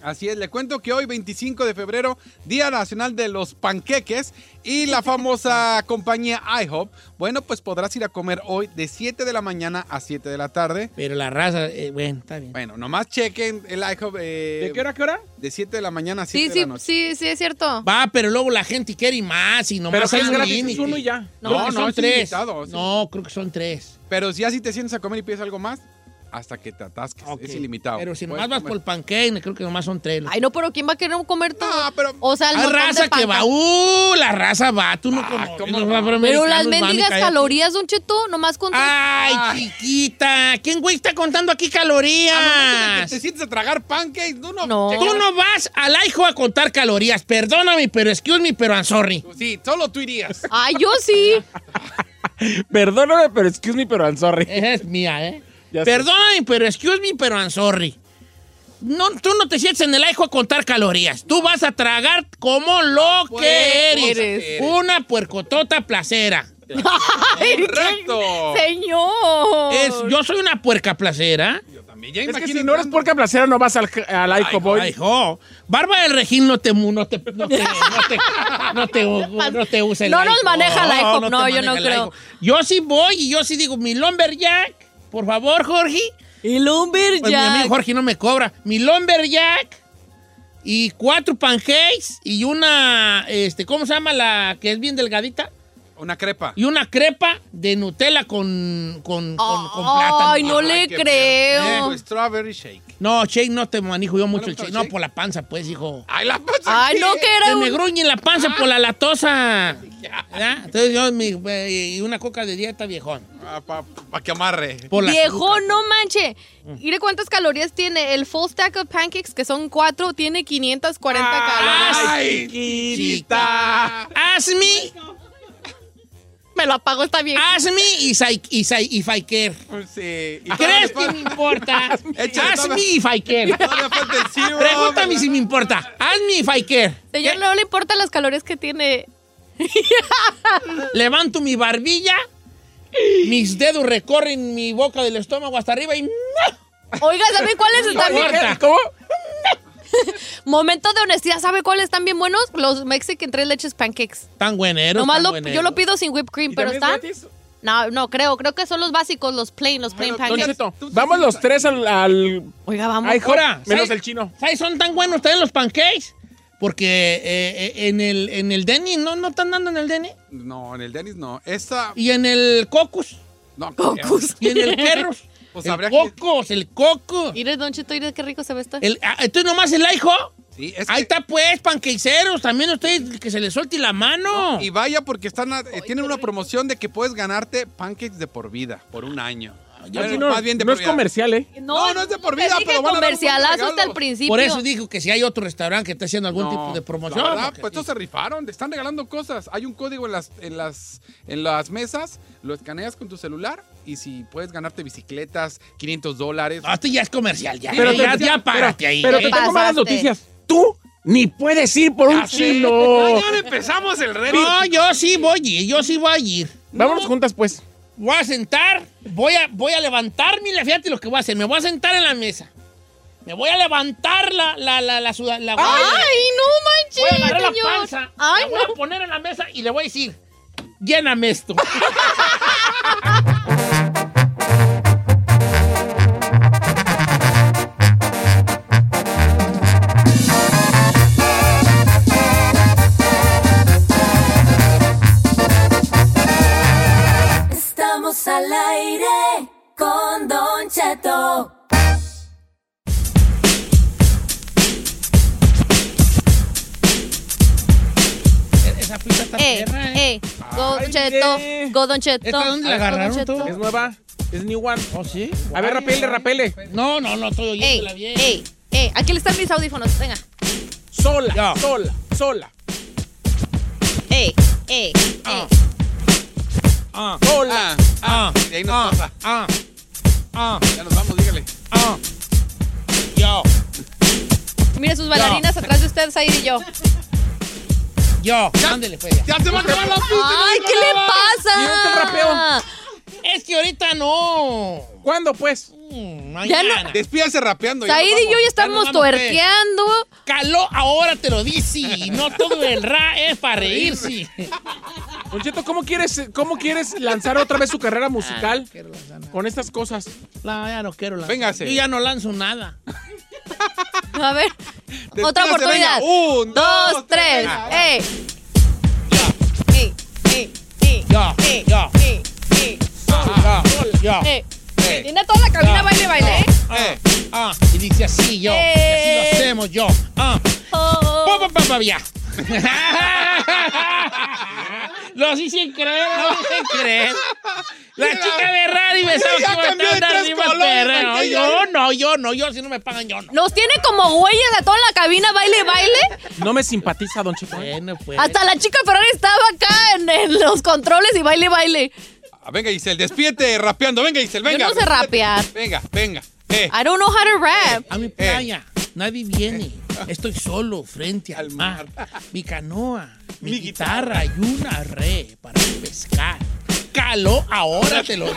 D: Así es, le cuento que hoy 25 de febrero, Día Nacional de los Panqueques y la famosa compañía IHOP, bueno, pues podrás ir a comer hoy de 7 de la mañana a 7 de la tarde.
A: Pero la raza, eh, bueno, está bien.
D: Bueno, nomás chequen el IHOP. ¿De qué
C: hora, qué hora?
D: De 7 de la mañana a 7
B: Sí,
D: de
B: sí,
D: la noche.
B: sí, sí, es cierto.
A: Va, pero luego la gente quiere más y nomás
D: Pero que
A: hay
D: es
A: un
D: gratis,
A: límite.
D: es uno y ya. No,
A: No, creo que
D: no,
A: son
D: es
A: tres.
D: ilimitado, sí.
A: No, creo que son tres.
D: Pero si ya si te sientes a comer y pides algo más, hasta que te atasques, es ilimitado.
A: Pero si nomás
D: Puedes
A: vas
D: comer.
A: por el pancake, creo que nomás son tres.
B: Ay, no, pero ¿quién va a querer comer todo? o sea, el
A: Hay
B: montón de
A: raza que
B: panca-
A: va, uh, la raza va, tú no
D: Ah,
A: conoces. los afroamericanos
B: Pero las
A: van y
B: mendigas
A: cállate.
B: calorías, Don Cheto, nomás con...
A: Ay, chiquita, ¿quién güey está contando aquí
D: Ah,
A: calorías?
D: Te sientes a tragar pancakes, tú no.
A: Tú no vas al hijo a contar calorías, perdóname, pero excuse me, pero I'm sorry.
D: Sí, solo tú irías.
B: Ay, yo sí.
C: Perdóname, pero excuse me, pero I'm sorry.
A: Esa es mía, ¿eh?
C: Ya sé.
A: Perdóname, pero excuse me, pero I'm sorry. No, tú no te sientes en el hijo a contar calorías. Tú vas a tragar como lo que eres.
B: eres.
A: Una puercotota placera.
B: Ay,
D: ¡Correcto!
B: Señor.
A: Es, yo soy una puerca placera.
C: Es que si no eres porca placera, no vas al, al IHOP hoy.
A: Ay, jo. Barba del Regín no te mu- no te no te no te, no te, no te usa el
B: No nos
A: IHOP.
B: maneja la IHOP, no,
A: te
B: yo
A: maneja
B: no
A: el
B: creo.
A: IHOP. Yo sí voy y yo sí digo, mi Lumberjack, por favor, Jorge.
B: Y Lumberjack.
A: Pues mi amigo Jorge no me cobra. Mi Lumberjack y cuatro pancakes y una, este, ¿cómo se llama la que es bien delgadita?
D: Una crepa.
A: Y una crepa de Nutella con, con, con, con plátano.
B: Ay, no le
D: qué Eh,
B: creo.
D: Tu strawberry shake.
A: No, Shake, no te manejo yo mucho
D: ¿No
A: el
D: te
A: Shake.
D: gusta el
A: No, por la panza, pues, hijo.
D: Ay, la panza.
B: Ay, no, que
A: Que
B: era
A: me
B: un... Ah.
A: gruñen la panza por la latosa. ¿Verdad? Entonces yo, mi- eh, y una coca de dieta viejón.
D: Para Ah, que amarre.
A: Por la Mm.
B: Viejo,
A: azúcar.
B: no manche. Mire cuántas calorías tiene. El full stack of pancakes, que son cuatro, tiene 540
A: Ah,
B: calorías.
A: Ay,
C: chiquita.
A: Hazme,
B: Me lo apago esta vieja.
A: hazme y, sai- y, sai- y Faiker.
D: Pues sí. Y
A: ¿Crees
D: todavía
A: que me
D: fal-
A: importa?
D: Échale,
A: Hazme
D: todavía-
A: y Faiker.
D: Todavía falta el zero.
A: Pregúntame si me importa. Hazme y Faiker.
B: Señor,
A: ¿Qué?
B: no le importan las calorías que tiene.
A: Levanto mi barbilla, mis dedos recorren mi boca del estómago hasta arriba y...
B: Oiga, ¿sabe cuáles están bien?
A: Corta.
C: ¿Cómo?
B: Momento de honestidad, ¿sabe cuáles están bien buenos? Los Mexican tres leches pancakes.
A: Tan buenero.
B: Nomás
A: tan
B: lo-
A: buenero.
B: yo lo pido sin whipped cream, pero están.
C: gratis?
B: No, no, creo, creo que son los básicos, los plain, los plain
C: Don
B: pancakes.
C: Cheto, vamos los tres al, al
B: Oiga, vamos.
C: IHOP,
A: ahora,
C: menos
A: ¿sabes?
C: el chino.
A: ¿Sabes? Son tan buenos también los pancakes. Porque eh, eh, en el, en el Denny, ¿no, ¿no están dando en el Denny?
D: No, en el Dennis no. Esa.
A: Y en el Cocus.
D: No,
A: Y en el Kerros.
D: Pues
A: el
D: habría que-
A: Cocos, el Coco.
B: Mire, Don Cheto, mire qué rico se ve esto.
A: El, ah, entonces nomás el hijo.
D: Sí, es
A: Ahí
D: que-
A: está pues, panqueiceros. También ustedes que se les suelte la mano.
D: Y vaya porque están a- eh, tienen una promoción de que puedes ganarte pancakes de por vida por un año. Bueno,
C: Aquí no,
D: más bien de
C: no
D: por
C: es
D: vida.
C: comercial, ¿eh?
D: No, no es de por vida,
B: Te dije
D: pero van a dar un buen
B: comercialazo hasta
D: regalo.
B: el principio.
A: Por eso digo que si hay otro restaurante que está haciendo algún
D: No,
A: tipo de promoción.
D: la verdad,
A: porque-
D: pues estos se rifaron, te están regalando cosas. Hay un código en las, en las, en las mesas, lo escaneas con tu celular y si puedes ganarte bicicletas, 500 dólares.
A: No, Ah, esto ya es comercial. Ya,
C: Pero te-
A: ya, ya párate ahí.
C: Pero
B: Te
C: te tengo malas
B: pasaste.
C: noticias. Tú ni puedes ir por un
D: Ya sé.
C: chino.
D: empezamos el reto.
A: no, yo sí voy a ir, yo sí voy a ir.
C: Vámonos juntas, pues.
A: voy a sentar, voy a, voy a levantar mi, fíjate lo que voy a hacer, me voy a sentar en la mesa. Me voy a levantar la, la, la, la, suda- la-
B: ¡Ay,
A: Voy a
B: no
A: agarrar
B: manches,
A: la
B: señor!
A: panza,
B: ¡Ay,
A: la voy a poner en la mesa y le voy a decir, lléname esto.
E: Estamos al aire con Don Cheto.
A: Esa pizza está
B: ¡Eh,
A: perra, ¿eh?
B: eh! ¡Go, Don Cheto! ¡Go, Don Cheto!
A: ¿Esta dónde la
B: Go, Don
A: agarraron
B: Cheto.
A: tú?
C: Es nueva, es new one.
A: ¿Oh, sí?
C: A ver, rapele, rapele.
A: No, no, no, estoy
B: ¡Ey,
A: oyéndola bien.
B: ey, ey! Aquí le están mis audífonos, venga.
C: Sola,
A: Ya.
C: sola, sola.
B: ¡Ey, ey, ey!
C: Ah,
D: Ah,
C: sola.
D: ah,
A: Ah,
D: y ahí nos pasa.
A: ah, ah,
D: Ya nos vamos, dígale.
A: ah. Yo,
B: Mire sus bailarinas atrás de ustedes, Zaire y yo.
A: yo, ándele, pues, ya.
D: ¡Ya se va a acabar la puta!
B: ¡Ay, qué le pasa!
C: Y ahorita el
A: Es que ahorita no.
C: ¿Cuándo, pues?
A: Mm,
B: Ya no-
A: mañana.
D: Despídase rapeando. ya nos
B: Zaire y yo
D: vamos.
B: ya
A: nos
B: estamos
A: vamos, pues.
B: tuerqueando.
A: Caló ahora te lo dice. y No todo el ra es para reírse.
C: Don Cheto, ¿cómo quieres, ¿cómo quieres lanzar otra vez su carrera Ah, musical con estas cosas?
A: No, ya no quiero lanzar.
D: Véngase.
A: Yo ya no lanzo nada.
B: A ver,
D: Despídase,
B: otra oportunidad.
D: venga. Un,
B: dos, tres. ¡Ey! ¡Ey, ey, ey!
A: Ya,
B: ¡Ey,
A: ya.
B: ey, ey!
A: Ah, ya.
B: ¡Ey!
A: Eh,
B: Tiene toda la cabina, baile, baile. ¿eh?
A: Ah, ah, y dice así yo. Y así lo hacemos yo. Ah.
B: Oh, Eh. oh.
A: Pa, pa, pa, pa, ya. Los hice sin creer, lo hice sin creer. La chica de radio me sabe que
D: Ya
A: iba a
D: cambió de
A: estar
D: tres
A: arriba,
D: colores,
A: pero no,
D: aquí ya.
A: yo no, yo no, yo si no me pagan, yo no.
B: Nos tiene como huellas a toda la cabina, baile, baile.
C: No me simpatiza, Don Cheto. ¿eh?
A: Bueno, pues.
B: Hasta la chica Ferrari estaba acá en, en los controles y baile, baile.
D: Ah, venga, Giselle, despídete rapeando. Venga, Giselle, venga.
B: Yo no sé rapear.
D: Venga, venga. Eh,
B: I don't know how to rap.
A: Eh, A mi playa, nadie viene. Estoy solo frente Eh. al
D: Al
A: mar.
D: mar.
A: Mi canoa, mi,
D: Mi
A: guitarra, y una red para pescar. Caló, ahora te lo digo.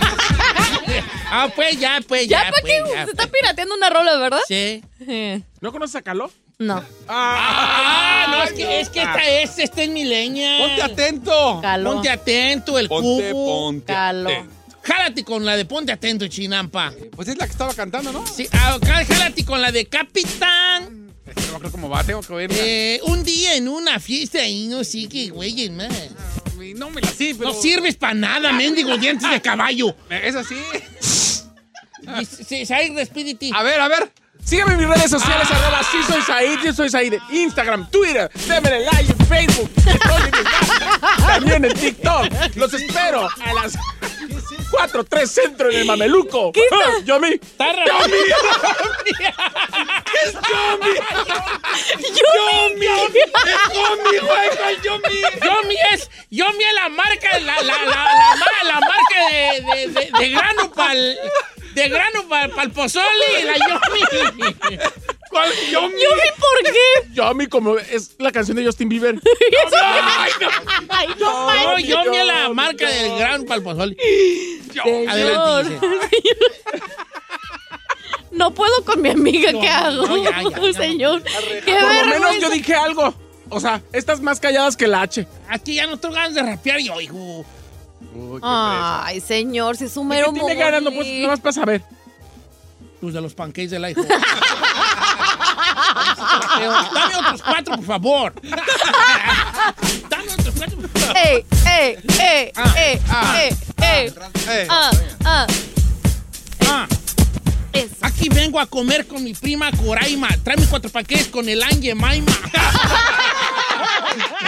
A: ah, pues ya, pues ya.
B: Ya, ¿para
A: pues,
B: qué?
A: ya,
B: Se está
A: pues.
B: pirateando una rola, ¿verdad?
A: Sí.
B: Eh,
C: ¿No conoces a Caló?
B: No.
A: Ah, no, es que, es que esta es, esta es milenial.
D: Ah. ponte atento.
B: Caló.
A: Ponte atento, el
D: Ponte,
A: cubo.
D: ponte.
B: Calo.
D: atento.
A: Jálate con la de ponte atento, chinampa.
D: Pues es la que estaba cantando, ¿no?
A: Sí, acá jálate con la de capitán.
D: Es que No me acuerdo cómo va, tengo que oírla.
A: Eh, un día en una fiesta y no sé qué, güey, man.
D: Ah, No me la sí, pero.
A: No sirves para nada, mendigo dientes de caballo.
D: Es así.
A: Sí, Said, despídete.
D: A ver, a ver.
C: Sígueme en mis redes sociales, arroba sí soy Said, yo soy Said en Instagram, Twitter, démele like en Facebook, estoy en mi casa, también en TikTok. Los espero a las 4, 3 centro en el Mameluco. Ah, Yo a mí.
A: Está raro.
D: ¡Yomi! ¡Yomi, güey! ¡Yomi!
A: Yomi es, Yomi es la marca, la, la, la, la, ma- la marca de, de, de, de grano pa'l, de grano pa'l, pa'l pozole, la Yomi.
C: ¿Cuál? Yo mi.
B: ¿Y por qué?
C: Yo a mí como es la canción de Justin Bieber.
B: Ay, no
A: No,
B: manches.
A: Yomi es la marca del grano pa'l pozole. Adelante,
B: Señor.
A: dice.
B: No puedo con mi amiga,
A: No,
B: ¿qué hago?
A: no, ya, ya, ya.
B: Señor, qué
C: Por lo menos yo
B: vergüenza.
C: dije algo. O sea, estas más calladas que la H.
A: Aquí ya no tengo ganas de rapear yo, hijo.
B: Ay, señor, si es un mero
C: ¿Qué tiene ganas? No, pues,
B: mogolí.
C: nada más para saber.
A: Los Pues de los pancakes de la hijo. Dame otros cuatro, por favor. Dame otros cuatro, por favor.
B: ¡Ey, ey, ey,
A: Ah,
B: ey,
A: ah,
B: ey, ey!
D: Eh,
B: ¡Ah, ah!
A: Ah,
B: Eso.
A: aquí vengo a comer con mi prima Coraima. Tráeme cuatro paquetes con el Angie Maima.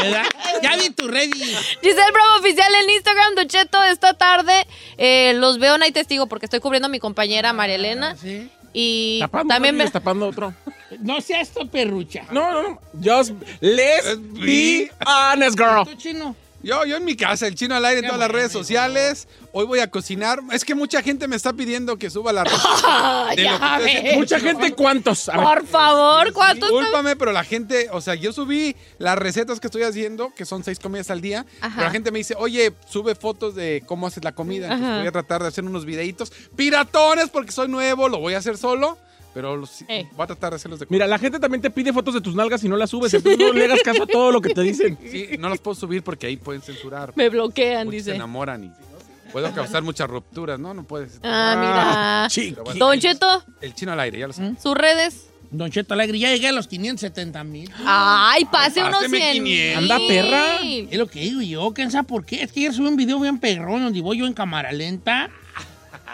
A: ¿Verdad? Ya vi tu ready.
B: Giselle Bravo Oficial en Instagram, Ducheto, esta tarde eh, los veo en Hay Testigo porque estoy cubriendo a mi compañera María Elena.
A: ¿Sí?
B: Y
C: Tapando
B: también
C: uno y
B: me...
C: destapando otro.
A: No seas esto, perrucha.
C: No, no, no. Just let's be honest, girl.
A: ¿Tú chino?
D: Yo, yo en mi casa, el chino al aire en todas las redes sociales. Hoy voy a cocinar. Es que mucha gente me está pidiendo que suba la receta. de
B: Ya
D: lo que estoy haciendo.
B: ves.
D: mucha gente, ¿cuántos? A ver,
B: Por favor, ¿cuántos?
D: Discúlpame, pero la gente, o sea, yo subí las recetas que estoy haciendo, que son seis comidas al día.
B: Ajá.
D: Pero la gente me dice, oye, sube fotos de cómo haces la comida. Entonces
B: Ajá.
D: voy a tratar de hacer unos videitos piratones porque soy nuevo, lo voy a hacer solo. Pero los- voy a tratar de hacerlos de
C: Mira, la gente también te pide fotos de tus nalgas y no las subes. pues, Entonces no le hagas caso a todo lo que te dicen.
D: Sí, no las puedo subir porque ahí pueden censurar.
B: Me bloquean,
D: Muchos
B: dice.
D: Se enamoran y puedo causar muchas rupturas, ¿no? No puedes.
B: Ah,
D: Pero
B: mira. ¿Mm?
D: bueno,
B: Don Cheto,
D: El chino al aire, ya lo sé.
B: sus redes.
A: Don Cheto Alegre, ya llegué a los 570 mil.
B: Ay, pase unos 100.
A: Anda, perra. Es lo que digo yo, ¿quién sabe por qué? Es que ayer subí un video bien perrón donde voy yo en cámara lenta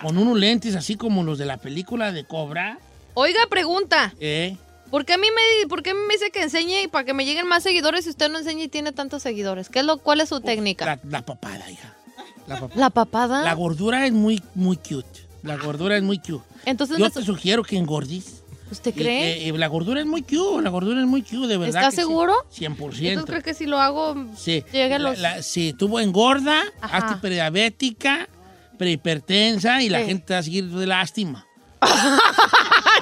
A: con unos lentes así como los de la película de Cobra.
B: Oiga, pregunta.
A: ¿eh?
B: ¿Por qué a mí me, por qué me dice que enseñe y para que me lleguen más seguidores si usted no enseña y tiene tantos seguidores? ¿Qué es lo, ¿Cuál es su técnica?
A: La, la papada, hija. La papada.
B: La papada.
A: La gordura es muy, muy cute. La gordura es muy cute.
B: Entonces,
A: Yo
B: me-
A: te sugiero que engordís.
B: ¿usted
A: Y
B: cree?
A: que, eh, la gordura es muy cute, la gordura es muy cute, de verdad.
B: ¿Está
A: que sí.
B: seguro?
A: 100%.
B: ¿Tú crees que si lo hago
A: Sí.
B: llegue a
A: La-
B: los...?
A: la- sí, tuvo engorda,
B: Ajá.
A: hazte prediabética, prehipertensa y la
B: Sí.
A: gente te va a seguir de lástima.